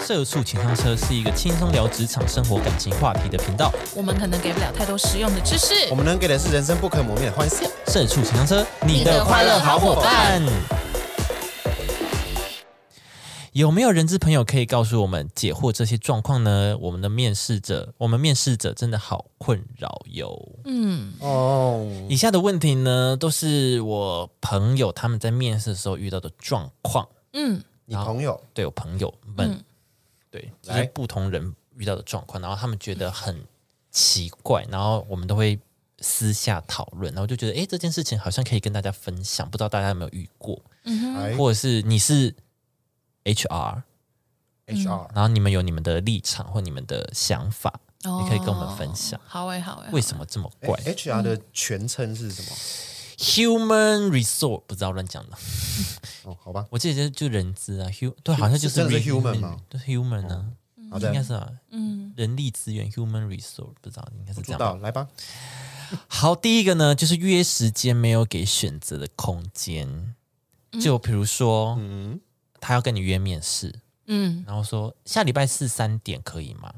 社畜情商车是一个轻松聊职场、生活、感情话题的频道。我们可能给不了太多实用的知识。 我们能给的是人生不可磨灭的欢笑。社畜情商车，你的的快快乐乐好好伙伙伴伴。有没有人资朋友可以告诉我们解惑这些状况呢？我们的面试者，我们面试者真的好困扰哟。嗯，哦，以下的问题呢，都是我朋友他们在面试的时候遇到的状况，嗯，你朋友对我朋友们，嗯对，就来是不同人遇到的状况，然后他们觉得很奇怪，然后我们都会私下讨论，然后就觉得，诶，这件事情好像可以跟大家分享，不知道大家有没有遇过，哎或者是你是 HR， HR，然后你们有你们的立场或你们的想法，哦嗯你可以跟我们分享。好诶、好诶、欸为什么这么哎怪、 HR 的全称是什么？ ？Human resource 不知道乱讲的。哦，好吧，我记得就人资啊，hu 对，好像就是真的是 re- human 吗哦对，human 啊，好应该的，是啊，嗯人力资源 human resource 不知道应该是这知样道，吧。来吧。好，第一个呢就是约时间没有给选择的空间，就比如说嗯，他要跟你约面试，嗯，然后说下礼拜四三点可以吗？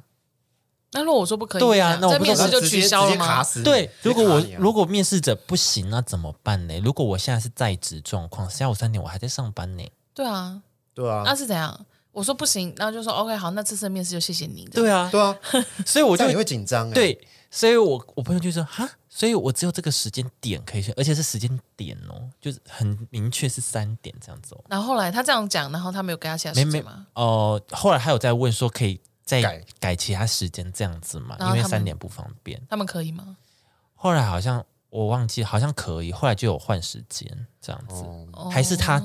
那如果我说不可以，对啊那我在不面是试就直取接消直了接卡吗？死你。啊对，如果我如果果面试者不行，那怎么办呢？如果我现在是在职状况，下午三点我还在上班呢。对啊，对啊那、，是怎样？我说不行，然后就说 OK，好，那这次的面试就谢谢你。对啊，对啊，所以我我就就你会紧张哎。，对，所以我我朋友就说哈，所以我只有这个时间点可以选，而且是时间点哦，就是很明确是三点这样子哦。然后后来他这样讲，然后他没有给他其他没时没间吗？哦、后来还有在问说可以再改改其他时间这样子嘛，因然后为他们三点不方便。他们可以吗？后来好像我忘记，好像可以，后来就有换时间这样子，哦，哦还是他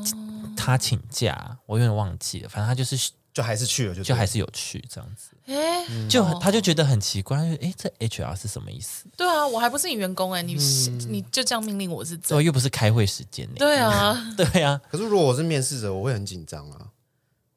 他请假，我有点忘记了，反正他就是就还是去了，就就对还是有去这样子，哎、就哦他就觉得很奇怪，他就哎这 HR 是什么意思？对啊，我还不是你员工哎、你、是你就这样命令我是怎对，？哦又不是开会时间呢。对啊，嗯 对啊，可是如果我是面试者，我会很紧张啊，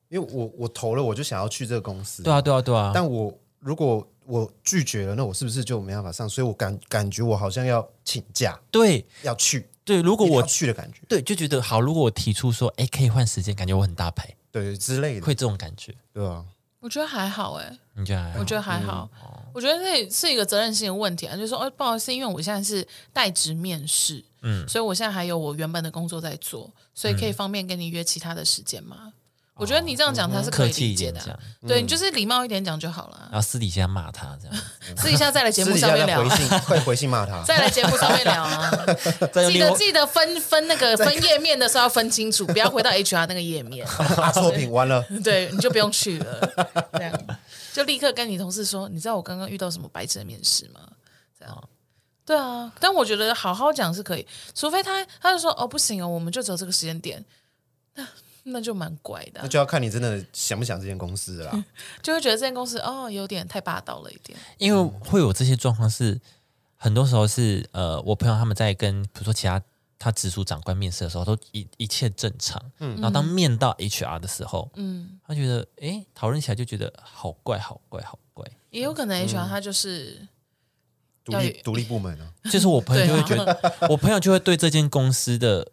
因为我我投了，我就想要去这个公司。对啊，对啊，对啊。但我如果我拒绝了，那我是不是就没办法上？所以我感感觉我好像要请假，对要去，对，如果如我去的感觉，对就觉得好，如果我提出说，哎，可以换时间，感觉我很大牌，对之类的，会这种感觉，对啊，我觉得还好哎、你觉得还好？我觉得还好，我觉得这是一个责任心的问题啊，就是说，哦，不好意思，因为我现在是代职面试，嗯，所以我现在还有我原本的工作在做，所以可以方便跟你约其他的时间吗？我觉得你这样讲他是可客以气理一解点的啊、讲，对你就是礼貌一点讲就好了啊然，后私底下骂他这样，私底下再来节目私底上下面再聊回啊，信， 快回信骂他。再来节目上面聊啊， 再用记另得外记得分分那个分页面的时候要分清楚，不要回到 HR 那个页面，大 啊错品完了，对，你就不用去了，这样就立刻跟你同事说，你知道我刚刚遇到什么白痴的面试吗？这哦样，对啊，但我觉得好好讲是可以，除非他他就说哦不行哦，我们就只有这个时间点，那那就蛮怪的啊、啊那就要看你真的想不想这间公司了嗯啦。就会觉得这间公司哦有点太霸道了一点，因为会有这些状况是，很多时候是呃，我朋友他们在跟比如说其他他直属长官面试的时候，都一一切正常，嗯，然后当面到 HR 的时候，嗯，他觉得诶，讨论起来就觉得好怪，好怪，好怪，也有可嗯能 HR 他就是、独要立有独立部门啊，就是我朋友就会觉对啊得，我朋友就会对这间公司的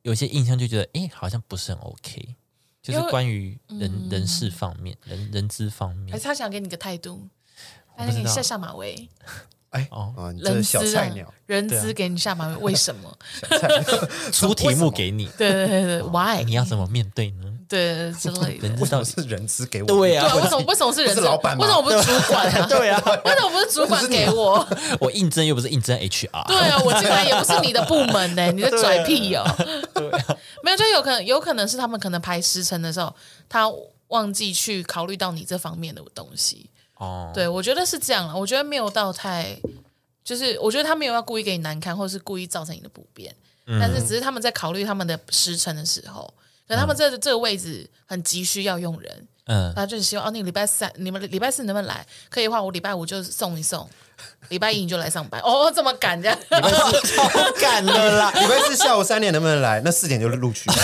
有些印象就觉得，诶，好像不是很 OK，就是因为嗯关于人、人事方面、人人资方还面哎是他想给你个态度，他不想知给你道下下马威，哎哦啊，你这人小资菜啊鸟，，人对资啊给你下马威，为什么？出题目给你，对对对对 ，why？你要怎么面对呢？对对对之类 的人。资为什到么底是人资给我？对啊对啊，为什么为什么是人资？不是老板吗为什么不是主管啊？ 对啊，为什么不是主管给我？我应征又不是应征 HR，对啊，我进来也不是你的部门呢、你在啊拽屁哦、没有，就有可能有可能是他们可能排时辰的时候，他忘记去考虑到你这方面的东西。哦，对，我觉得是这样了。啊我觉得没有到太，就是我觉得他没有要故意给你难堪，或者是故意造成你的不便，嗯但是只是他们在考虑他们的时辰的时候，可能他们这、这个位置很急需要用人，嗯，他就是希望哦，你礼拜三、你们礼拜四能不能来？可以的话，我礼拜五就送一送，礼拜一你就来上班。哦，这么赶这样，超赶的啊啦。 礼拜四 下午三点能不能来？那四点就录取了。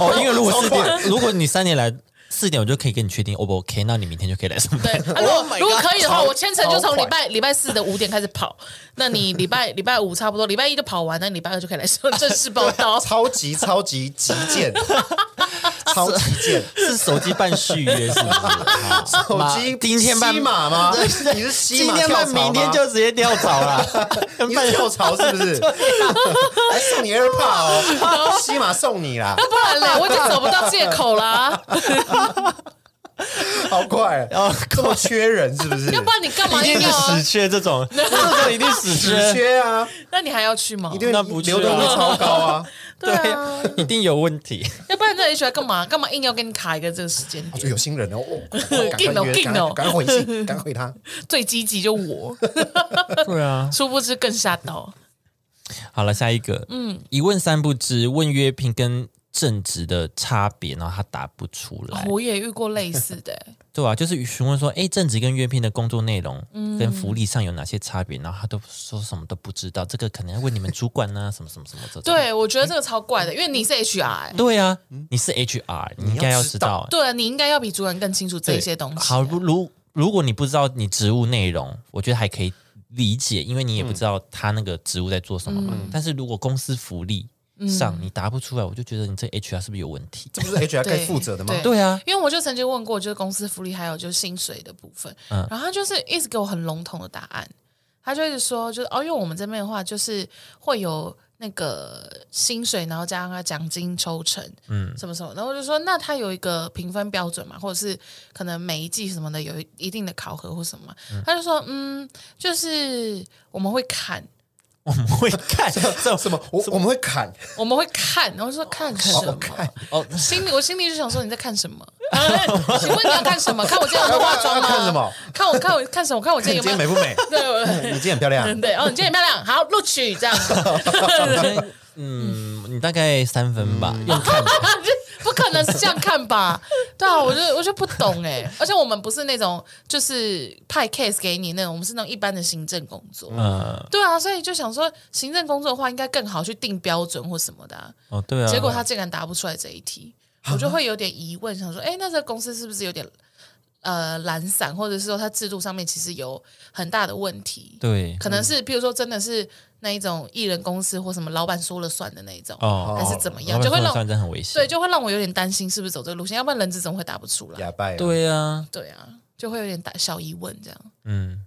哦因为如果四点，如果你三点来，四点我就可以跟你确定 O 不 OK，那你明天就可以来上班。对，啊、 如果 Oh my 如果 God，可以的话，超我签程就超从快礼拜礼拜四的五点开始跑，那你礼拜礼拜五差不多，礼拜一就跑完，那你礼拜二就可以来上正式报 道。超级超级极 简，超级简。 是手机办续约是不 是？好手妈机今天办 西马吗？你是西今马天跳办，槽吗明天就直接跳槽了。你是跳槽是不是？啊来送你 AirPod 哦，西马送你啦，不然嘞，我已经找不到借口啦。好 快，哦这么缺人是不是？要不然你干嘛 一定要是死啊？缺这 种，这种一定死只缺，缺啊，那你还要去吗一？定那不缺啊流动率超高 啊。对啊，一定有问题。要不然在 HR 干嘛？干嘛硬要跟你卡一个这个时间哦点？有新人哦，哦 赶快劲哦约，劲赶哦快赶快回信，赶快回他。最积极就我， 对啊，殊不知更吓到。好了，下一个，嗯，一问三不知，问约聘跟正职的差别，然后他答不出来，我也遇过类似的、欸，对啊，就是询问说，哎，正职跟约聘的工作内容嗯跟福利上有哪些差别？然后他都说什么都不知道，这个可能要问你们主管啊呐、什么什么什么这种。对我觉得这个超怪的，因为你是 HR，、欸、对啊，你是 HR，你应该要知道。对啊，你应该要比主管更清楚这些东西。啊好，如如如果你不知道你职务内容，我觉得还可以理解，因为你也不知道他那个职务在做什么嘛。嗯但是如果公司福利上你答不出来，我就觉得你这 HR 是不是有问题？这不是 HR 该对负责的吗？对对啊，因为我就曾经问过，就是公司福利还有就是薪水的部分，然后他就是一直给我很笼统的答案，他就一直说，就是哦，因为我们这边的话就是会有那个薪水，然后加上他奖金抽成，嗯，什么什么，然后我就说，那他有一个评分标准嘛，或者是可能每一季什么的有一定的考核或什么嘛，他就说，嗯，就是我们会看，我们会 看这什么？我我们会 砍，我们会看，然后就说看什么。哦，心里我心里就想说你在看什么？ 啊请问你要看什么？看我今天有没有化妆吗？看什 么？看我看我看什么？看我今看你天有今没天美有？不美？对我你今天很漂亮，对，哦，你今天很漂亮，好录取这样， 嗯，你大概三分吧，用看的不可能是这样看吧？对啊，我就我就不懂哎、而且我们不是那种就是派 case 给你那种，我们是那种一般的行政工作。嗯，对啊，所以就想说行政工作的话，应该更好去定标准或什么的啊、哦，对嗯啊，结果他竟然答不出来这一题，我就会有点疑问，想说，哎，那这个公司是不是有点呃懒散，或者是说它制度上面其实有很大的问题？，对可能是譬如说真的是那一种艺人公司或什么老板说了算的那一种，哦，还是怎么老样，板就会说了让算真的很危险，对就会让我有点担心，是不是走这个路线？要不然人资怎么会答不出来？哑巴。，对啊，对啊，就会有点打小疑问这样。嗯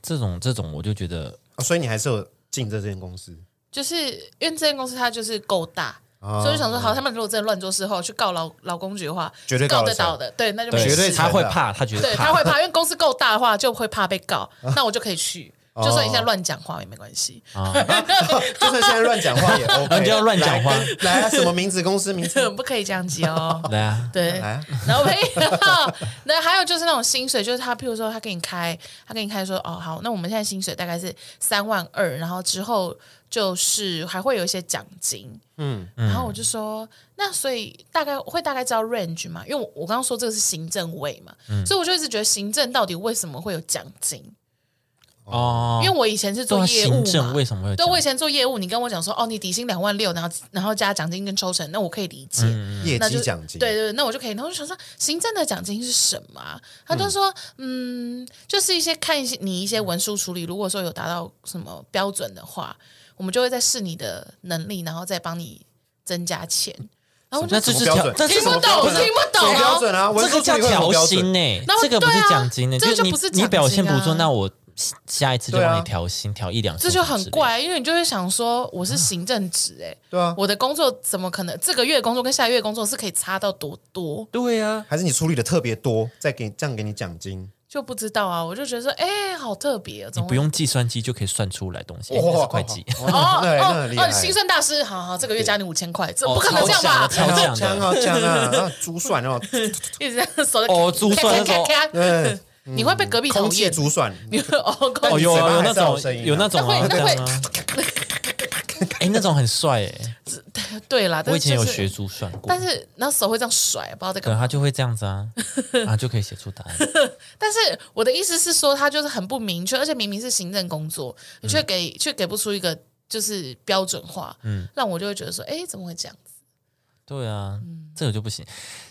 这种这种我就觉得哦所以你还是有进这间公司。就是因为这间公司它就是够大，哦所以我就想说，好，他们如果真的乱做事后去告劳劳工局的话，绝对告告得得成到的，对，那就没绝对事他会成的怕，他觉得对他会怕，因为公司够大的话就会怕被告，那我就可以去。就算你现在乱讲话也没关系， 就算现在乱讲 话也 OK，哦你就要乱讲话来跟来啊，什么名字公司名字？不可以这样子哦。来啊，对，来啊，然后没有，那还有就是那种薪水，就是他，譬如说他给你开，他给你开说，哦好，那我们现在薪水大概是三万二，然后之后就是还会有一些奖金，嗯，然后我就说，那所以大概会大概知道 range 嘛，因为我我刚刚说这个是行政位嘛，所以我就一直觉得行政到底为什么会有奖金？哦，因为我以前是对啊做业务行嘛，政为什么会有对，奖我以前做业务，你跟我讲说，哦，你底薪两万六，然后然后加奖金跟抽成，那我可以理解。嗯业那绩就奖金。对对，对那我就可以。然后我就想说，行政的奖金是什么啊、他就说，嗯就是一些看一些你一些文书处理，如果说有达到什么标准的话，我们就会再试你的能力，然后再帮你增加钱。嗯然后我就那这是什么标调，准这听是不什么标懂，准听不懂有标哦。准啊，文这书个处叫理会有调标薪准。呢、那这个不是对啊奖金呢、欸这个就就你不是奖你表现金不啊错，那我下下一次就对啊帮你调薪，调一两，这就很。怪，因为你就会想说，我啊是行政职、哎、对啊，我的工作怎么可能这个月工作跟下个月工作是可以差到多多？对啊，还是你处理的特别多，再给这样给你奖金。就不知道啊，我就觉得说，哎、好特别、哦，怎你么不用计算机就可以算出来东西，哇因为是会计。哦哦那那很哦厉哦，。害心算大师，好好，这个月加你五千块，这哦不可能这样吧？超强的超强强的啊强啊，啊珠 算哦，一直这样手在哦珠算咔咔咔咔对， 你会被隔壁空讨气厌，珠算，你会 哦，哦，空气有啊，有你那嘴巴还是要有声种音啊有那种啊，那这会样啊。哎，那种很帅哎，对啦， 但我是以前有就是学，珠算过，但是然后手会这样甩，不知道在可干能嘛。他就会这样子 啊，啊就可以写出答案。但是我的意思是说，他就是很不明确，而且明明是行政工作，你却给嗯却给不出一个就是标准化，嗯，让我就会觉得说，哎，怎么会这样子？对啊，这个就不行。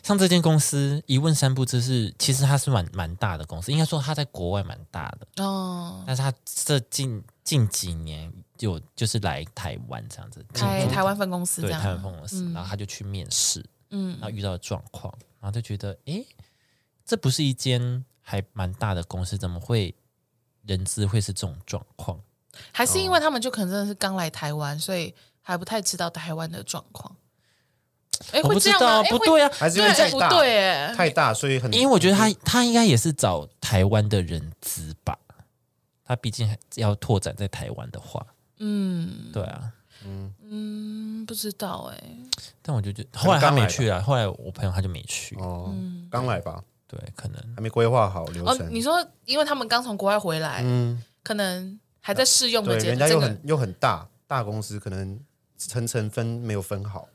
像这间公司一问三不知是，其实它是蛮蛮大的公司，应该说它在国外蛮大的，哦，但是它这近近几年有就是来台湾这样子，开进驻台湾分公司这对样，台湾公司，然后他就去面试，嗯然后遇到状况，然后就觉得，诶，这不是一间还蛮大的公司，怎么会人资会是这种状况？还是因为他们就可能真的是刚来台湾，所以还不太知道台湾的状况。哎，我会不这知样道吗？啊，哎不会对啊，还是因为对，太不大，对？哎，太大，所以很。因为我觉得他他应该也是找台湾的人资吧，他毕竟还要拓展在台湾的话，嗯对啊。嗯，不知道哎。但我就觉得后来他没去啊，后来我朋友他就没去，哦，刚来吧，对，可能还没规划好流嗯哦，程。你说，因为他们刚从国外回来，嗯，可能还在试用对，的阶人家段。这又个很又很大，大公司可能层层分没有分好。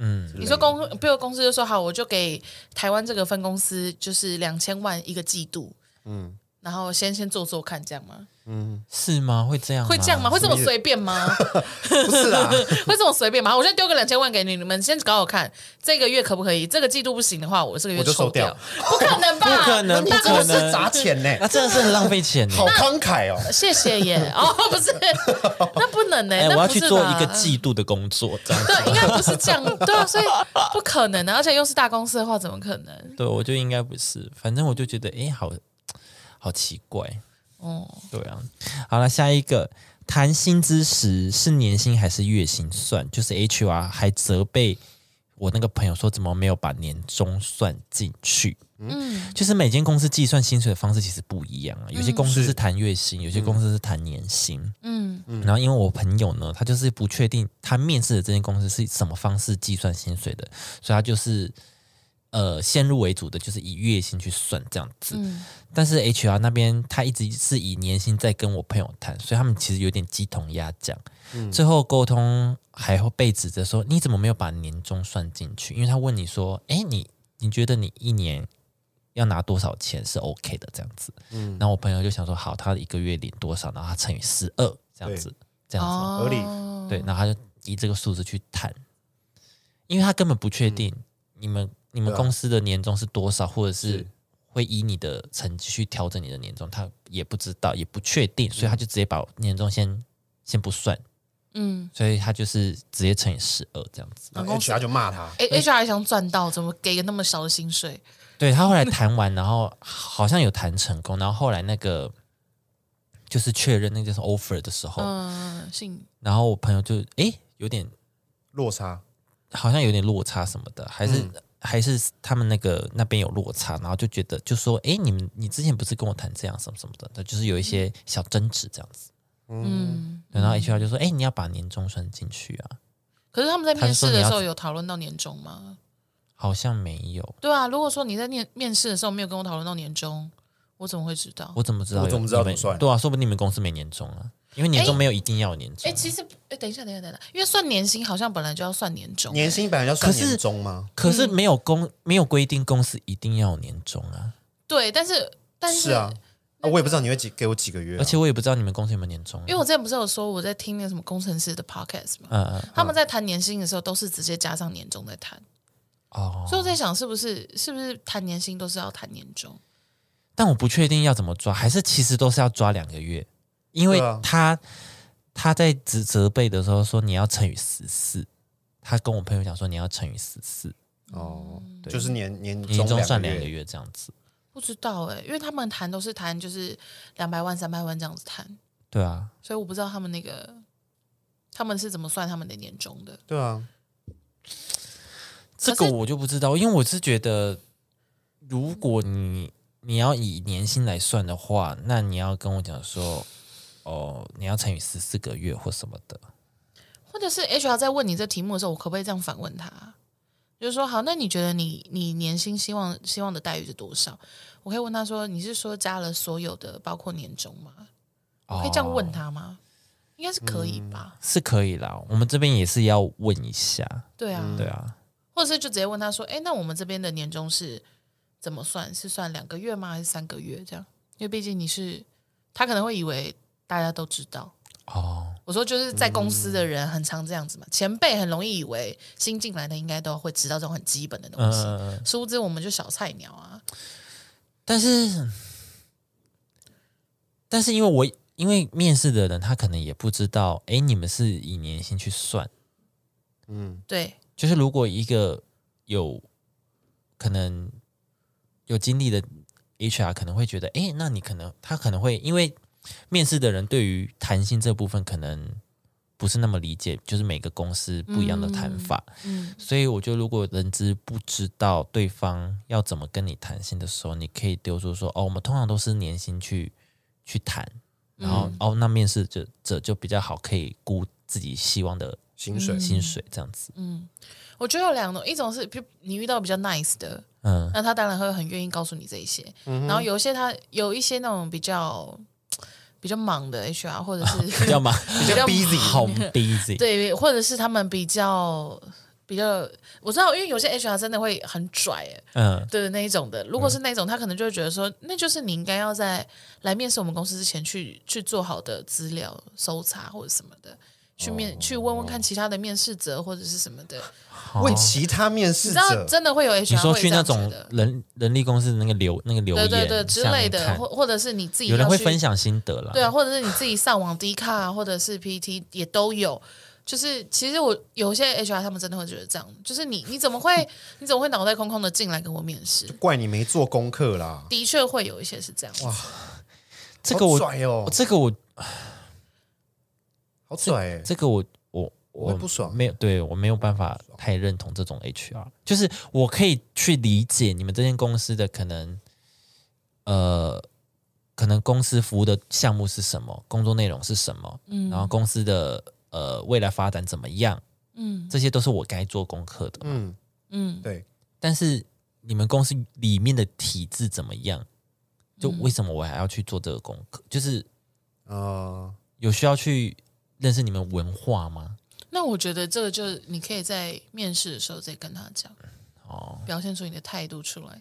嗯，你说公，比如公司就说好，我就给台湾这个分公司就是两千万一个季度，嗯然后先先做做看，这样吗？嗯，是吗？会这样？会这样吗？？会这么什么意思随便吗？嗯不是啊 啦，会这么随便吗？我现在丢个两千万给你，你们先搞搞看，这个月可不可以？这个季度不行的话，我这个月我就抽收掉不可能吧？不可能，不那可真的是砸能，钱呢，那真的是很浪费钱呢。好慷慨哦。谢谢耶！哦，不是，那不能呢、哎、那我要不去是做吧嗯一个季度的工作，这样子。 对，应该不是这样，对啊，所以不可能啊！而且又是大公司的话，怎么可能？对，我就应该不是，反正我就觉得，哎、好好奇怪。哦，对啊，好了，下一个谈薪资时是年薪还是月薪算？就是 HR 还责备我那个朋友说，怎么没有把年终算进去？嗯，就是每间公司计算薪水的方式其实不一样啊，有些公司是谈月薪，有些公司是谈年薪。嗯，然后因为我朋友呢，他就是不确定他面试的这间公司是什么方式计算薪水的，所以他就是呃先入为主的，就是以月薪去算这样子。嗯但是 HR 那边他一直是以年薪在跟我朋友谈，所以他们其实有点鸡同鸭讲。最后沟通还会被指责说你怎么没有把年终算进去？因为他问你说，哎，你你觉得你一年要拿多少钱是 OK 的这样子？嗯，然后我朋友就想说，好，他一个月领多少，然后他乘以十二这样子，这样子，哦，合理对，然后他就以这个数字去谈，因为他根本不确定你们、你们嗯对啊公司的年终是多少，或者是是会以你的成绩去调整你的年终，他也不知道，也不确定，所以他嗯就直接把年终先先不算，嗯所以他就是直接乘以十二这样子。然后 HR 就骂哎他， ，H H R 想赚到，怎么给个那么少的薪水？对他后来谈完，然后好像有谈成功，然后后来那个就是确认那个是 offer 的时候，嗯，信然后我朋友就诶有点落差。好像有点落差什么的，还嗯是、还是他们那个那边有落差，然后就觉得就说，哎、你们你之前不是跟我谈这样什么什么的，就是有一些小争执这样子。嗯，然后 HR 就说，哎、你要把年终算进去啊，可是他们在面他试是说你的要时候有讨论到年终吗？好像没有，对啊，如果说你在面面试的时候没有跟我讨论到年终，我怎么会知道？我怎么知道有？我怎么知道你们怎么算对啊，说不定你们公司没年终啊，因为年终没有一定要有年终、啊嗯哎，其实，哎，等一下，等一下，等一下，因为算年薪好像本来就要算年终，年薪本来要算可是年终吗？可是没有公、没有规定公司一定要有年终啊，对，但是，但是啊，啊我也不知道你会几给我几个月啊而。且我也不知道你们公司有没有年终、啊因为。我之前不是有说我在听那个什么工程师的 podcast 嘛，嗯嗯他们在谈年薪的时候都是直接加上年终在谈，哦，所以我在想是不是是不是谈年薪都是要谈年终？但我不确定要怎么抓，还是其实都是要抓两个月，因为对啊他、他在责责备的时候说你要乘以十四，他跟我朋友讲说你要乘以十四，哦，嗯就是年年年终算两两个个月。月这样子。不知道哎、因为他们谈都是谈就是两百万、三百万这样子谈，对啊，所以我不知道他们那个他们是怎么算他们的年终的。对啊，这是个我就不知道，因为我是觉得，如果你你要以年薪来算的话，那你要跟我讲说，哦，你要乘以十四个月或什么的。或者是 HR 在问你这题目的时候，我可不可以这样反问他？就是说，好，那你觉得你你年薪希望希望的待遇是多少？我可以问他说，你是说加了所有的，包括年终吗？我可以这样问哦他吗？应该是可以吧？是可以啦，我们这边也是要问一下，对啊，对啊，或者是就直接问他说，哎，那我们这边的年终是怎么算？是算两个月吗？还是三个月这样？因为毕竟你是他可能会以为大家都知道，嗯哦，我说就是在公司的人很常这样嗯子嘛，前辈很容易以为新进来的应该都会知道这种很基本的东西，呃，殊不知我们就小菜鸟啊。但是，但是因为我因为面试的人他可能也不知道，哎，你们是以年薪去算，嗯，对，就是如果一个有可能有经历的 HR 可能会觉得，哎，那你可能他可能会因为面试的人对于弹性这部分可能不是那么理解，就是每个公司不一样的谈法，嗯，所以我觉得如果人资不知道对方要怎么跟你谈薪的时候，你可以丢出说，哦，我们通常都是年薪去去谈，然嗯后、哦，那面试者者就比较好可以估自己希望的薪水嗯薪水这样子，我觉得有两种，一种是比你遇到比较 nice 的， 嗯那他当然会很愿意告诉你这一些。然后有一些他有一些那种比较比较忙的 HR，或者是 比较忙，比较 busy 好 busy， 对，或者是他们比较比较，我知道，因为有些 HR 真的会很拽、欸，嗯对那一种的。如果是那一种，他可能就会觉得说，那就是你应该要在来面试我们公司之前去去做好的资料搜查或者什么的，去哦面、去问问看其他的面试者或者是什么的。问其他面嗯试你知道，者，真的会有你 HR 说会这去那样觉种得。人人力公司的那个留那个留对言对对之下类面的，看或，或者是你自己有人要会去分享心得啦，对啊，或者是你自己上网 D 卡、啊、或者是 PT 也都有。就是其实我有些 HR 他们真的会觉得这样，就是你你怎么会你怎么会脑袋空空的进来跟我面试？怪你没做功课啦。的确会有一些是这样子，这个我好拽哦，这个我好拽欸这个我我我会不爽没有对我没有办法太认同这种 HR，就是我可以去理解你们这间公司的可能，呃，可能公司服务的项目是什么，工作内容是什么，嗯，然后公司的呃未来发展怎么样，嗯这些都是我该做功课的，嗯，嗯，对，但是你们公司里面的体制怎么样？就为什么我还要去做这个功课？嗯就是啊，有需要去认识你们文化吗？那我觉得这个就是你可以在面试的时候再跟他讲，哦，表现出你的态度出来。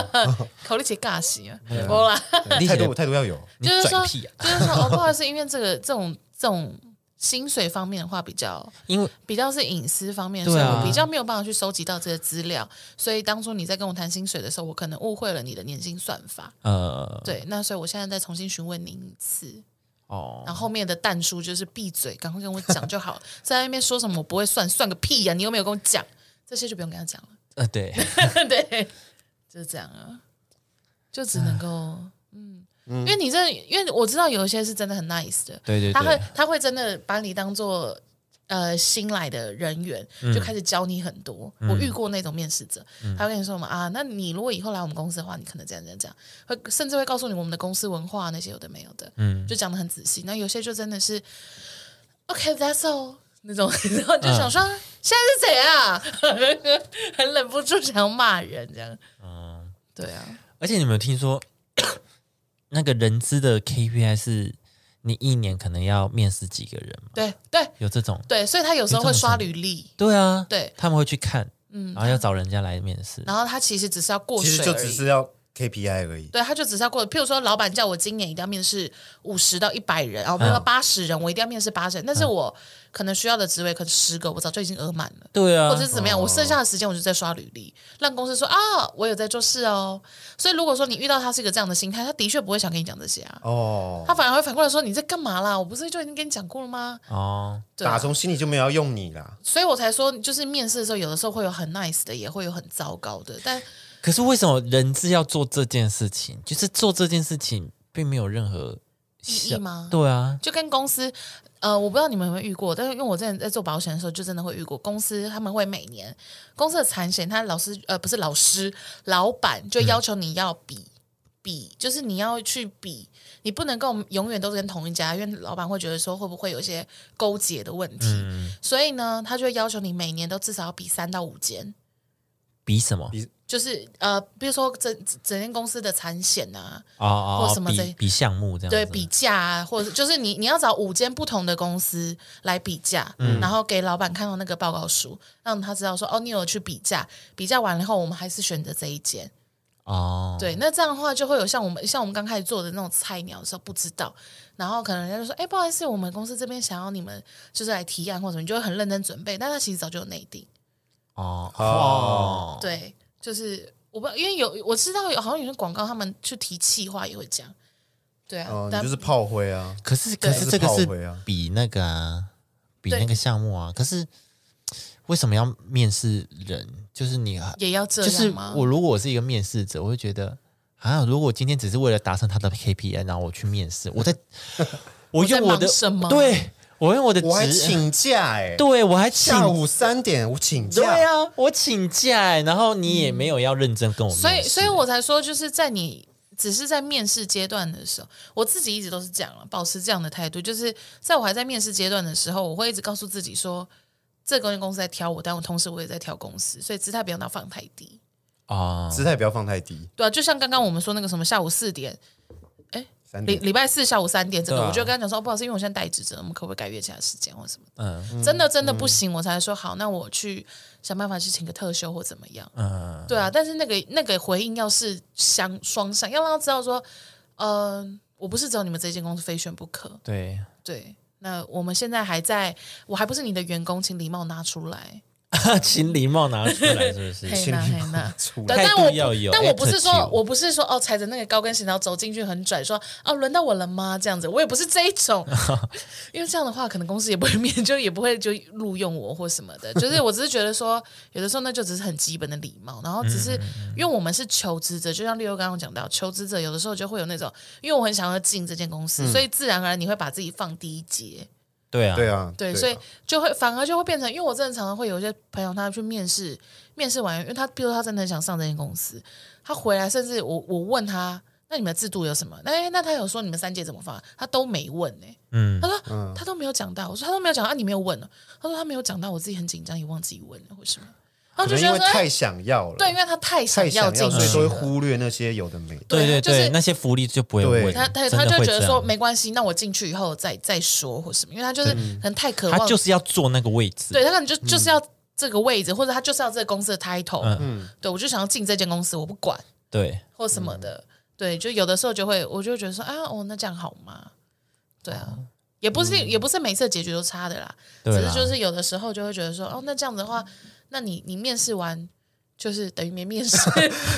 考虑起尬戏啊，我啦，你以态前度态度要有，你就是拽说屁啊！就是说，哦，不好意思，因为这个这种这种薪水方面的话，比较因为比较是隐私方面，对所以啊我比较没有办法去收集到这些资料。所以当初你在跟我谈薪水的时候，我可能误会了你的年薪算法。呃，对，那所以我现在再重新询问您一次，哦，然后后面的淡叔就是闭嘴，赶快跟我讲就好，在那边说什么我不会算，算个屁呀、你又没有跟我讲，这些就不用跟他讲了。 呃，对，对，就是这样啊，就只能够，嗯，因为你这，因为我知道有一些是真的很 nice 的，对对他会对，他会真的把你当做呃新来的人员，就开始教你很多。我遇过那种面试者，他会跟你说嘛啊，那你如果以后来我们公司的话，你可能这样这样这样，会甚至会告诉你我们的公司文化那些有的没有的，嗯就讲的很仔细。那有些就真的是 OK，that's、all。那种， 然后就想说、现在是谁啊？ 很忍不住想要骂人，这样。嗯，对啊，而且你有没有听说 那个人资的 KPI 是你一年可能要面试几个人嘛？对对有这种？对，所以他有时候会刷履历，对啊，对他们会去看，嗯，然后要找人家来面试，然后他其实只是要过其水实而已，就只是要 KPI 而已。对，他就只是要过。譬如说，老板叫我今年一定要面试五十到一百人，啊，我们嗯说八十人，我一定要面试八十人。但是我可能需要的职位可能十个，我早就已经额满了，对啊嗯或者，是怎么样。我剩下哦的时间我就在刷履历，让公司说啊，我有在做事哦。所以如果说你遇到他是一个这样的心态，他的确不会想跟你讲这些啊，哦，他反而会反过来说你在干嘛啦？我不是就已经跟你讲过了吗？哦，对啊打从心里就没有要用你啦。所以我才说，就是面试的时候，有的时候会有很 nice 的，也会有很糟糕的，但可是为什么人资要做这件事情？就是做这件事情并没有任何意义效吗对啊，就跟公司，呃，我不知道你们有没有遇过，但是因为我之前在做保险的时候，就真的会遇过，公司他们会每年公司的产险，他老师呃不是老师，老板就要求你要比、比，就是你要去比，你不能够永远都是跟同一家，因为老板会觉得说会不会有一些勾结的问题，所以呢，他就会要求你每年都至少要比三到五间。比什么？比就是呃，比如说整整间公司的产险啊，哦哦，或哦什么比这比项目这样子，对比价啊，或者是就是你你要找五间不同的公司来比价，嗯然后给老板看到那个报告书，让他知道说哦，你有去比价，比价完了后我们还是选择这一间，哦，对，那这样的话就会有像我们像我们刚开始做的那种菜鸟的时候不知道，然后可能人家就说，哎，不好意思，我们公司这边想要你们就是来提案或者什么，你就会很认真准备，但他其实早就有内定，哦哦哦，，对，就是我不因为有我知道有好像有些广告他们去提企划也会这样，对啊，哦，你但就是炮灰啊，可是对可是这个就是炮灰啊是比那个啊，比对那个项目啊，可是为什么要面试人？就是你啊也要这就是样吗？我如果我是一个面试者，我会觉得啊，如果我今天只是为了达成他的 KPI，然后我去面试， 我在我用我的我在忙什么对我用我的我还职，请假哎，对我还请下午三点我请假，对啊，我请假欸，然后你也没有要认真跟我面试，所以，所以我才说，就是在你只是在面试阶段的时候，我自己一直都是这样了，保持这样的态度。就是在我还在面试阶段的时候，我会一直告诉自己说，这个公司在挑我，但我同时我也在挑公司，所以姿态不要拿放太低。哦，姿态不要放太低，对啊，就像刚刚我们说那个什么下午四点，三礼点礼拜四下午三点，这个、对啊我就跟他讲说，哦，不好意思，因为我现在带职责，我们可不可以改约其他时间或什么的？嗯真的真的不行，我才说好，那我去想办法去请个特休或怎么样。 嗯，对啊，但是那个那个回应要是相双向，要让他知道说，呃，我不是只有你们这间公司非选不可。对，对，那我们现在还在，我还不是你的员工，请礼貌拿出来。啊请礼貌拿出来，是不是？嘿呐嘿 呐，出对，来，态但度我要不有但我不是说 attitude 我不是说哦，踩着那个高跟鞋然后走进去很拽，说哦轮到我了吗？这样子，我也不是这一 种，因为这样的话可能公司也不会面，就也不会就录用我或什么的。就是我只是觉得说，有的时候那就只是很基本的礼貌，然后只嗯是因为我们是求职者，就像六六刚刚讲到，求职者有的时候就会有那种，因为我很想要进这间公司，嗯所以自然而然你会把自己放低一截。对啊，对啊，对，啊所以就会反而就会变成，因为我真的常常会有一些朋友，他去面试，面试完，因为他比如说他真的很想上这间公司，他回来，甚至我我问他，那你们的制度有什么？哎，那他有说你们三届怎么放？他都没问呢、嗯他说、他都没有讲到，我说他都没有讲到，啊、你没有问哦。他说他没有讲到，我自己很紧张，也忘记问了，为什么？然后可就能觉因得为说，哎太想要了，对，因为他太太想要想要，进所去以都会了。忽略那些有的没的。对对对就是对，那些福利就不会啊对问，他他真他的就会觉得这说样没关系，那我进去以后再再说或什么，因为他就是可能太渴他望就是要坐那个位置，嗯对他可能就就是要这个位置，或者他就是要这个公司的 title，、嗯对我就想要进这间公司，我不管对，或什么的，嗯对，就有的时候就会，我就会觉得说啊，哦，那这样好吗？对啊，哦也不嗯是、也不是每次的结局都差的啦，对啊只啦是就是有的时候就会觉得说，哦，那这样子的话，嗯那你你面试完就是等于没面 试，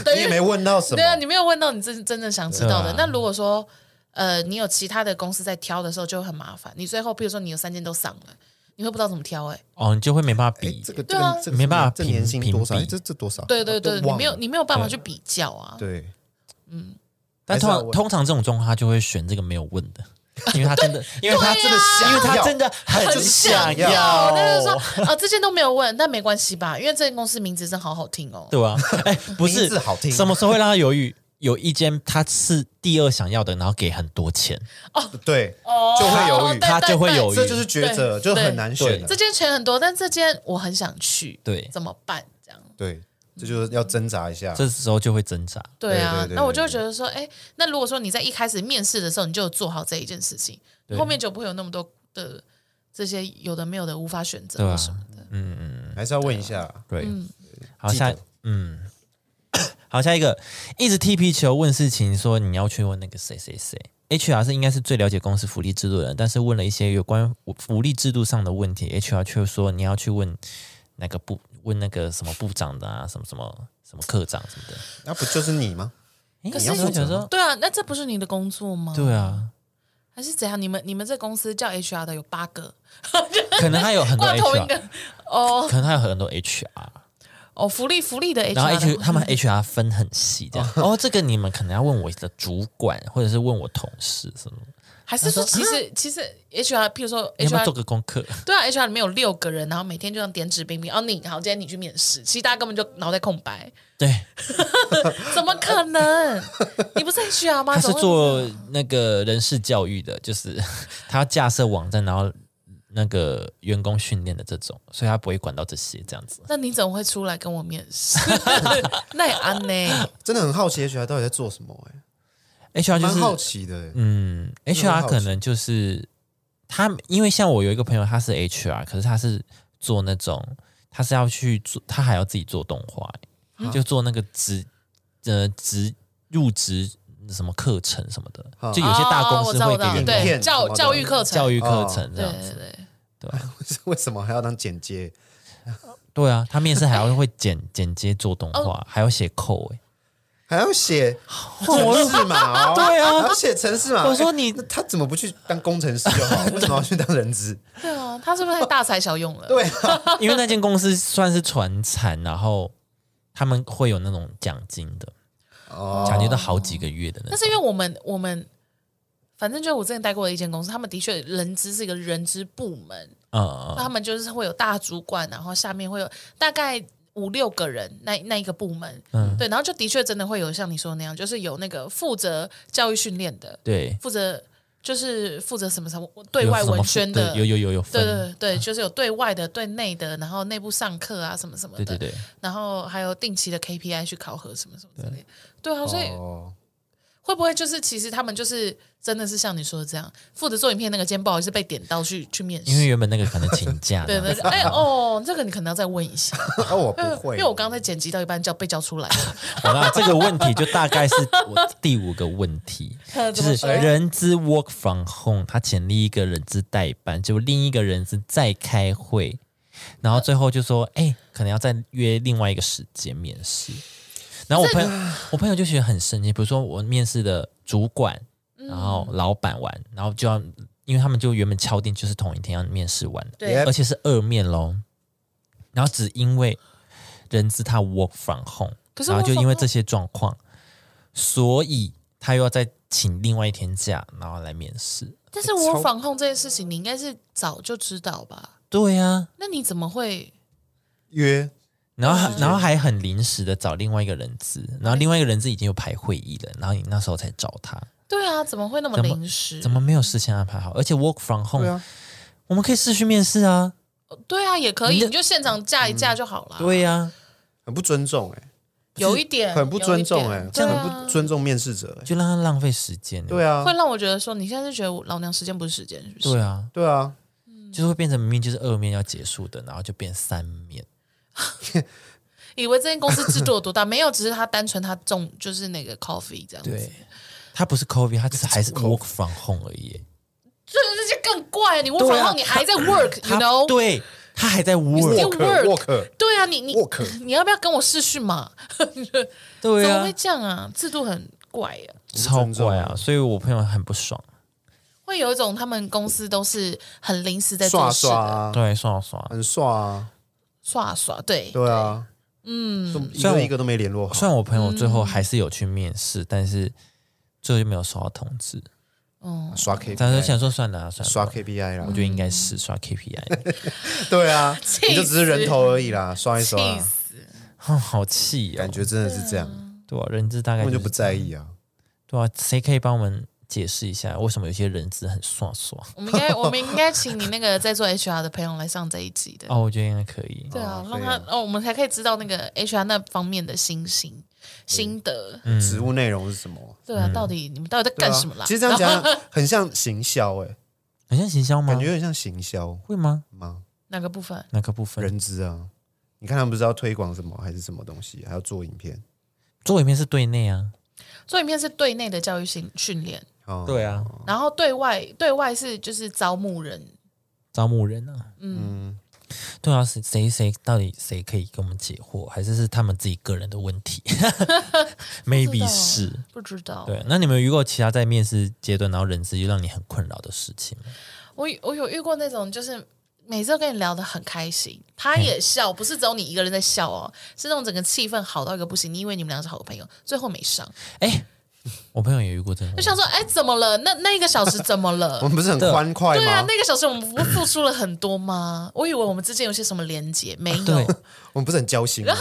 等你也于没问到什对啊，么，你没有问到你真真正想知道的。对啊那如果说呃，你有其他的公司在挑的时候就会很麻烦，你最后比如说你有三件都上了，你会不知道怎么挑哎、欸哦，你就会没办法哎比，，这个对这啊个这个没办法这评年薪多少？评比哎这这多少？对对对，都你哦忘没有了你没有办法对去比较啊。对，但还是要通问通常这种状况，他就会选这个没有问的，因为他真的，因为他真的对，啊因为他真的很想想要要，但是说啊，这些都没有问，但没关系吧，因为这间公司名字真好好听哦。对吧？哎，不名是字好听什么时候会让他犹豫？有一间他是第二想要的，然后给很多钱，对，哦就会 犹豫对他就会对犹豫这就是抉择，对就很难选了这。间钱很多，但这间我很想去，对怎么办？这样对，这就是要挣扎一下。这时候就会挣扎。对啊对对，对那我就会觉得说，哎，那如果说你在一开始面试的时候你就有做好这一件事情，后面就不会有那么多的这些有的没有的无法选择对啊或什么的。还是要问一下。对，啊好记得下嗯， 好下一个，一直踢皮球问事情，说你要去问那个谁谁谁。HR 是应该是最了解公司福利制度的人，但是问了一些有关福利制度上的问题，HR 却说你要去问那个部问那个什么部长的啊，什么什么什么科长什么的。那啊不就是你吗？诶可是然后我想说，对啊，那这不是你的工作吗？对啊，还是怎样？你们你们这公司叫 HR 的有八个，可能他有很多 挂同一 HR，个哦可能他有很多 HR，哦，福利福利的 HR，然后的 H 他们 HR 分很细，这样。哦，这个你们可能要问我的主管，或者是问我同事什么，还是说其实其实 HR，譬如说嗯你要不要 HR 做个功课？ 对啊，HR 里面有六个人，然后每天就像点指兵兵。哦，你好，今天你去面试，其实大家根本就脑袋空白，对。怎么可能？你不是 HR 吗？他是怎么会做那个人事教育的，就是 他要架设网站，然后那个员工训练的这种，所以他不会管到这些这样子。那你怎么会出来跟我面试？ 那也安呢？真的很好奇 HR 到底在做什么、哎， HR 就蛮好是，奇的、哎嗯真的很，HR 好奇可能就是他，因为像我有一个朋友，他是 HR，可是他是做嗯那种，他是要去做，他还要自己做动画、欸就做那个纸呃职入职什么课程什么的，啊就有些大公哦司我知道会我知给道影员对片什教么的教育课工程，教育课哦程这对样对子。对， 为什么还要当剪接？对啊，他面试还要会剪剪接做动哦画，还要写扣 哎。还 要写城市码哦？对啊还要写城市码。我说哎你那他怎么不去当工程师就 好？为什么要去当人资？对啊，他是不是太大材小用了？对啊，因为那间公司算是传产，然后他们会有那种奖金的，哦奖金都好几个月的那但种。是因为我们我们反正就我之前待过的一间公司，他们的确人资是一个人资部门，嗯嗯那他们就是会有大主管，然后下面会有大概五六个人，那那一个部门，嗯对，然后就的确真的会有像你说的那样，就是有那个负责教育训练的，对，负责就是负责什么什么对有外什么文分宣的，对有有有有对分，啊对对，就是有对外的、对内的，然后内部上课啊什么什么的，对对对，然后还有定期的 KPI 去考核什么什么之类的，对啊，所以哦会不会就是其实他们就是真的是像你说的这样，负责做影片那个肩不好意思被点到去去面试，因为原本那个可能请 假， 对对，对哎哦，这个你可能要再问一下， 啊，我不因会，为我刚才剪辑到一半叫被叫出来了，好啦，这个问题就大概是我第五个问 题，怎就么是说人资 work from home，他请另一个人资代班，就另一个人资在开会，然后最后就说，哎、可能要再约另外一个时间面试。然后我朋友，我朋友就觉得很生气，比如说我面试的主管，然后嗯老板完，然后就要，因为他们就原本敲定就是同一天要面试完的，对 Yep 而且是二面喽。然后只因为人资他 work from home，可是然后 work 就 from 因为这些状况，所以他又要再请另外一天假，然后来面试。但是我防控这件事情，你应该是早就知道吧？对啊呀、那你怎么会？约然后然后还很临时的找另外一个人资，然后另外一个人资已经有排会议了，然后你那时候才找他，对啊，怎么会那么怎么临时？怎么没有事先安排好？而且 work from 嗯对 home，、啊，我们可以试去面试啊。对啊，也可以，你的你就现场架一架就好了。啊对啊呀、很不尊重哎，有一点啊很不尊重哎，这这样样很不尊重面试者哎。就让他浪费时间。对啊会，让我觉得说，你现在是觉得我老娘时间不是时间，是不是？对啊，对啊，就是会变成明明就是二面要结束的，然后就变三面。以为这间公司制度有多大，没有，只是他单纯他重就是那个 coffee 这样子，对，他不是 COVID，他只是还是 work from home 而已。这这就更怪。你 work 对 from 啊 home，你还在 work，you 他 know？对他还在就 work，是 work 沃克，对啊，你你 Work 你要不要跟我试训嘛？对怎么啊会，这样啊？制度很怪呀、超怪啊！所以我朋友很不爽。会有一种他们公司都是很临时在做刷事刷的，啊，对，爽爽。很刷啊，刷刷对对啊，嗯，一虽然我个一个都没联络好，虽然我朋友最后还是有去面嗯试，但是最后就没有收到通知。刷 K，但是想说算了啊，算了，刷 KPI 啦我，觉得应该是刷 KPI。对啊，气你就只是人头而已啦，刷一气刷啊，死！哼 好气哦感，觉真的是这样，对啊，人资大概根本就就是不在意啊。对啊，谁可以帮我们解释一下为什么有些人资很爽爽？我们应 该我们应该请你那个在做 HR 的朋友来上这一集的。嗯哦，我觉得应该可以。对啊哦，让可以他哦，我们才可以知道那个 HR 那方面的心心心得。嗯职务内容是什么？对啊，到底你们到底在嗯对啊干什么啦？其实这 样讲很像行销，哎，很像行销吗？感觉很像行销会吗？吗？哪个部分？哪个部分？人资啊，你看他们不是要推广什么还是什么东西，还要做影片，做影片是对内啊，做影片是对内的教育训训练，哦，啊，然后对外对外是就是招募人。招募人啊，嗯，对啊，谁谁谁到底谁可以给我们解惑，还是是他们自己个人的问 题？Maybe 是。不啊知道，对，那你们有遇过其他在面试阶段，然后人资就让你很困扰的事情吗？我有我有遇过那种，就是每次都跟你聊得很开心，他也笑，不是只有你一个人在笑哦，是那种整个气氛好到一个不行。你以为你们俩是好朋友，最后没上，哎，我朋友也遇过这种就，想说，哎，怎么了？那那一个小时怎么我 了？们不是很欢快对啊吗，？那个小时我们不付出了很多吗？我以为我们之间有些什么连结，没有。啊对，我们不是很交心吗？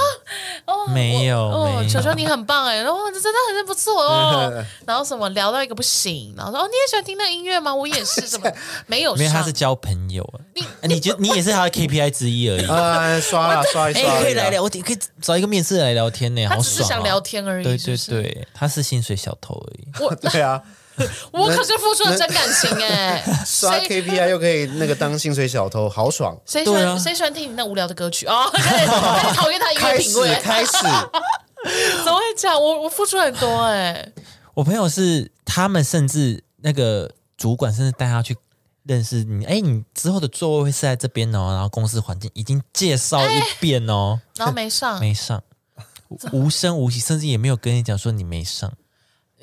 哦，没有我哦没，有球球你很棒哎，然后这真的很不错 哦。然后什么聊到一个不行，然后说哦，你也喜欢听那音乐吗？我也是，什么没有因为他上是。交朋友啊，你就你也是他的 KPI 之一而已。哦啊，刷啦刷一啊哎刷，，可以来聊，我可以找一个面试来聊天呢，啊他好只是爽想啊聊天而已，对是不对是对，他是薪水小偷而已。对啊，我可是付出了真感情哎、刷谁 KPI 又可以那个当薪水小偷，好爽！谁喜欢、对啊谁喜欢听你那无聊的歌曲哦？开始开始讨厌他音乐开品始味，开始，怎么会这样？我我付出很多哎、我朋友是他们甚至那个主管甚至带他去认识你，哎，你之后的座位会是在这边哦，然后公司环境已经介绍一遍哦，然后没上。没上，无声无息，甚至也没有跟你讲说你没上，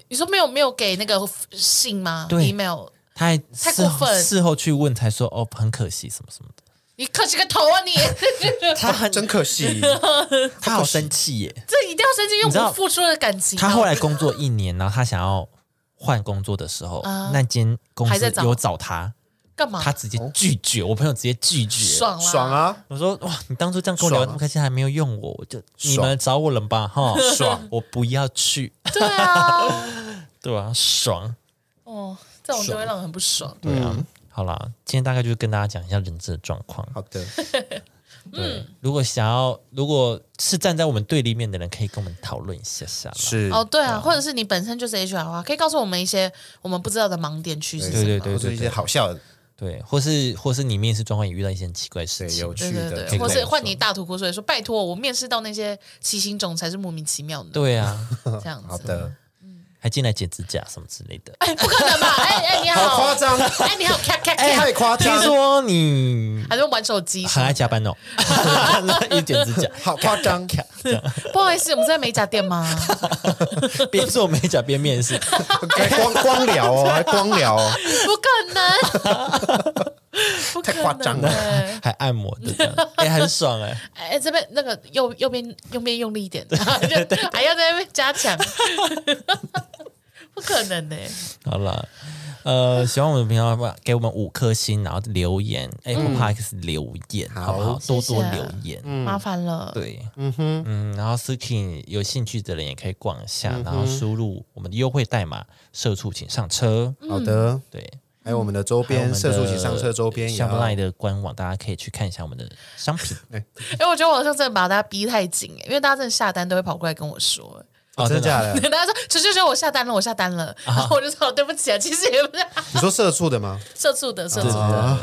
你说没有没有给那个信吗？对 e m a i l 他还太事过后分事后去问才说哦，很可惜什么什么的，你客气个头啊你！他很真可 惜。他好生气耶，这一定要生气，因你知为道我付出了感情啊。他后来工作一年，然后他想要换工作的时候，啊那间公还在司找哦有找他，干嘛？他直接拒绝，我朋友直接拒绝。爽啦爽！啊！我说哇，你当初这样跟我聊爽啊那么开心，还没有用我，我就爽你们找我了吧哈， 爽，我不要去， 对啊，对吧、爽，哦，这种就会让人很不爽。对嗯啊。好啦，今天大概就是跟大家讲一下人质的状况。好 的，对，嗯如果想要，如果是站在我们对立面的人，可以跟我们讨论一下下啦。是哦，对啊，或者是你本身就是 HR 的话，可以告诉我们一些我们不知道的盲点区是什对么。对或对者对一些对好笑的、对，或是或是你面试状况也遇到一些很奇怪的事对情哎有，趣对对的，对，或是没错换你大吐苦水说拜托，我面试到那些奇形种才是莫名其妙的，对啊， 这样子。好，的，哦还进来剪指甲什么之类的。哎，不可能吧？哎哎，你好夸好，张，哎，你好，咔咔咔太，夸听张，说你还是玩手机？很爱加班哦， 一直剪指甲，好夸 张，不好意思，我们在美甲店吗？边做美甲边面试。还光光聊哦，还光聊哦，不可能，不可能 太夸张了哎还按摩的这样，哎、很爽哎、哎，这边那个右右边右边用力 一点， 还要在那边加强， 不可能的。好了，呃，喜欢我们的频道的话，给我们五颗星，然后留言 Apple 嗯 Park 留言，好不好？谢谢多多留言。麻烦了。对，嗯哼，嗯，然后 Suki 有兴趣的人也可以逛一下，嗯然后输入我们的优惠代码“社畜请上车好嗯的”，。对，还有我们的周还有我边，们社畜的请上车周边也香要奈的官网，大家可以去看一下我们的商 品。哦因为我觉得我好像真的把大家逼太紧，哎因为大家真的下单都会跑过来跟我说，哦真的 假的？大家说球球球我下单了，我下单了，然后我就说对不起啊，其实也不是 你说社畜的 吗？社畜的社畜的，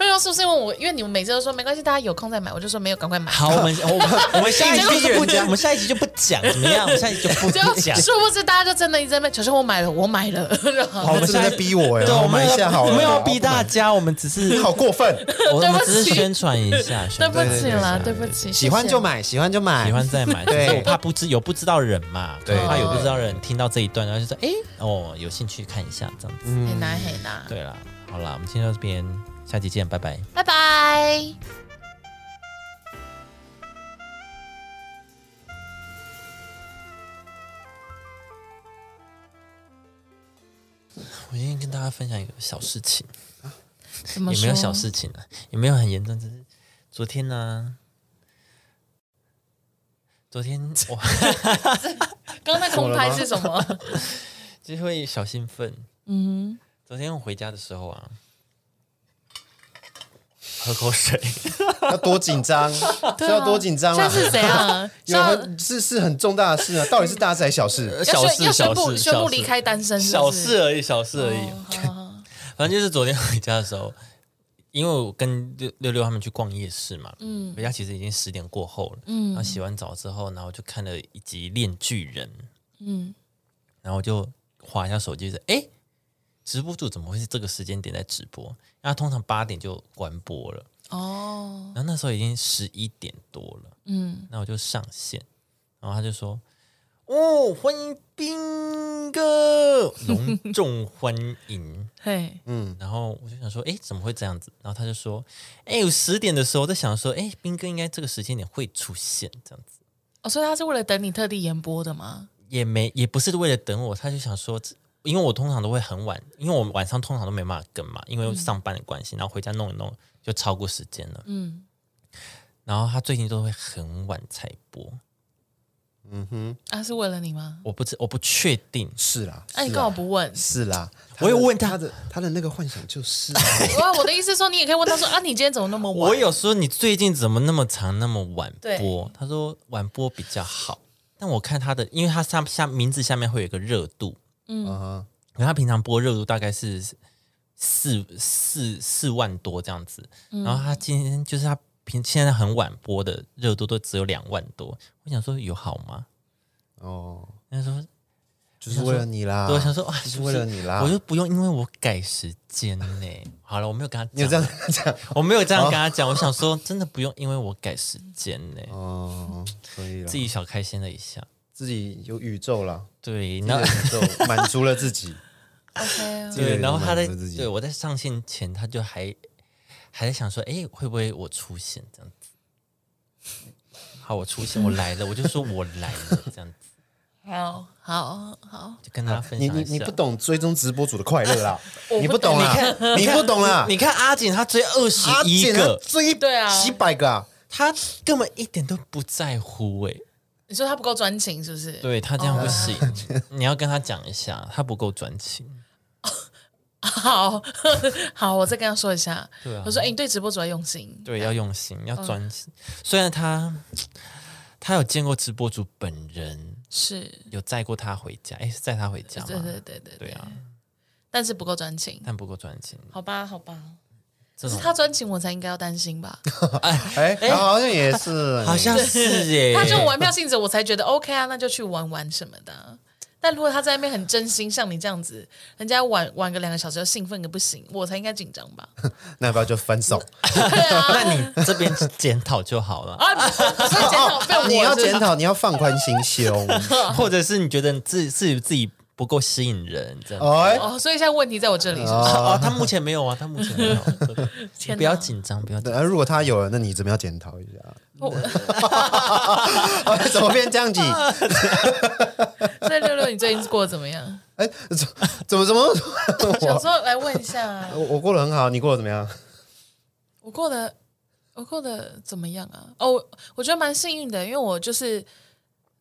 为什么是不是因为我？因为你们每次都说没关系，大家有空再买，我就说没有，赶快买。好，我们我们 我们下一结果集是不不讲，我们下一集就不讲，怎么样？我们下一集就不就 讲。殊不知大家就真的一直在那边，球球我买了，我买了， 然后哦好，我们真的下一在逼我哎，对，我们买一下好了，没有好逼大，家，我们只你 是好过 分，我 对不们起只是宣传一 下，对宣不传起啦，对不起，喜欢谢谢就买，喜欢就买，喜欢再买，对只是我怕不知有不知道的人嘛，对我怕有不知道的人听到这一段，然后就说哎哦有兴趣看一下这样子，很难很难，嗯对啦，好啦，我们今天到这边，下期见，拜拜。拜拜。我今天跟大家分享一个小事情，怎么也说没有小事情啊，也没有很严重，只是昨天呢、昨 天我刚才空拍是 什么？就是会小兴奋，嗯昨天我回家的时候啊，喝口水。要多紧张，是哼，要多紧张这啊！是怎样？是 有要很是是很重大的事啊，到底是大事还是小事？要小宣事要宣小布事宣小布事离开单身是小不是，事而已，小事而已。哦。 反正就是昨天回家的时候，因为我跟六六六他们去逛夜市嘛，嗯，回家其实已经十点过后了，嗯，然后洗完澡之后，然后就看了一集《恋巨人》，嗯嗯，然后我就划一下手机，就是哎，诶直播主怎么会是这个时间点在直播？然后通常八点就关播了，好哦，然后那时候已经十一点多了。嗯，那我就上线，然后他就说：“哦，欢迎斌哥，隆重欢迎。嘿，”嗯然后我就想说：“哎，怎么会这样子？”然后他就说：“哎，我十点的时候我在想说，哎，斌哥应该这个时间点会出现，这样子哦，所以他是为了等你特地演播的吗？也没也不是为了等我，他就想说。”因为我通常都会很晚，因为我晚上通常都没办法跟嘛，因为上班的关系，然后回家弄一弄就超过时间了。嗯，然后他最近都会很晚才播，嗯哼，啊，是为了你吗？我不知我不确定，是啦，啊那、你是干嘛啦，不 问？是啦，哎我有问他他的的他的那个幻想就是啊， 我我的意思是说，你也可以问他说啊，你今天怎么那么晚？我有说你最近怎么那么长那么晚播对？他说晚播比较好，但我看他的，因为他上下名字下面会有一个热度，啊然后他平常播热度大概是四四四万多这样子，嗯然后他今天就是他平现在很晚播的热度都只有两万多，我想说有好吗？哦，那时候就是为了你啦，对我想说啊哇啊就是为了你啦，我就不用，因为我改时间呢。好了，我没有跟他你有讲这样讲 我没有这样跟他讲，我想说真的不用，因为我改时间呢，哦，可以了，自己小开心了一下。自己有宇宙啦，对，有然 后宇宙满足了自己， OK 啊，自己有对，宇宙然后他在满足了自己对我在上线前，他就还还在想说，哎，会不会我出现这样子？好，我出现，我来了，我就说我来了，这样子好好好，就跟大家 分你享你一你下不。懂追踪直播主的快乐啦，我你不懂啦，你不懂啦，你看阿锦，她追二十啊阿一姐她个，追对啊几百个啊，她根本一点都不在乎哎、你说他不够专情是不是？对她这样不行，哦你要跟她讲一下，她不够专情。 好好，我再跟他说一下。对啊我说，哎、你对直嗯播主要用心。对，要用心，要专心。虽然她她有见过直播主本人，是，有载过她回家，哎，是载她回家对吗？对对对对对啊，但是不够专情。但不够专情。好吧，好吧，这是种他专情，我才应该要担心吧？哎，然后好像也是，好像 是耶， 他这种玩票性质，我才觉得 OK 啊，那就去玩玩什么的啊。但如果他在那边很真心，像你这样子，人家玩玩个两个小时就兴奋个不行，我才应该紧张 吧？哎那要不要就 分手？对啊，那你这边检讨就好 了，啊， 不是检讨被我哦你要是不是检讨，你要放宽心胸。 哦或者是你觉得你自己自己自己不够吸引人，这样。哎，哦，所以现在问题在我这里是不是？哦，他目前没有啊，他目前 没有。天哪不要紧张，不要紧那如果他有了，那你怎么要检讨一下？ 我哎怎么变 这样子？所以六六，你最近过得怎么 样？哎，怎怎么怎么？ 想说来问一下，我我过得很好，你过得怎么样？我过得我过得怎么样啊？哦，我我觉得蛮幸运的，因为我就是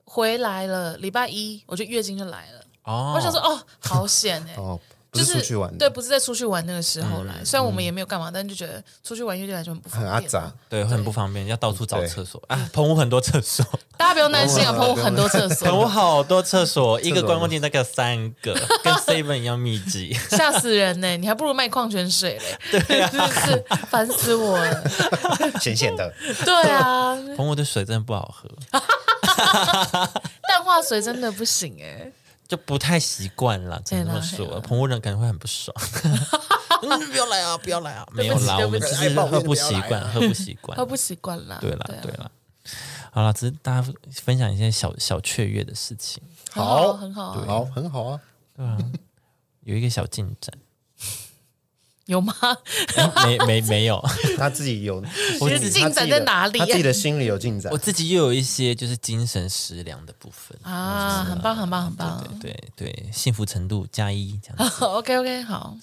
回来了，礼拜一我就月经就来了。哦，我想说，哦，好险哎、哦，不就是出去玩，嗯对，，不是在出去玩那个时候来。虽然我们也没有干嘛，但就觉得出去玩月经来就很不方很便。阿杂。对，很不方便，要到处找厕所啊。澎湖很多厕所，大家不用担心 啊，不澎用湖很多厕 澎湖所，好多厕所，一个厕所观光店大概有三 个，跟 Seven 一样密集。 吓死人呢、你还不如卖矿泉水嘞，啊对、 真是烦死 我了。咸咸的，对啊，澎湖的水真的不好喝，淡化水真的不行哎、就不太习惯啦，只能这么对啦说。澎湖人可能会很不 爽。嗯不要来啊！不要来啊！没有啦，对我不们起只是对不起哎抱歉喝不习惯，喝不习惯啊 喝。不习惯啦。对啦啊，对啦。好啦，只是大家分享一些小小雀跃的事情，很好，好很好啊，好，很好啊。对啊，有一个小进展， 有吗？没没没有， 他自己有，我自自己己进展在哪里啊他自己的心里有进展我。自己又有一些就是精神食粮的部分，啊啊，很棒，很棒，很棒。对对对，幸福程度加一这样子。 OK OK，好。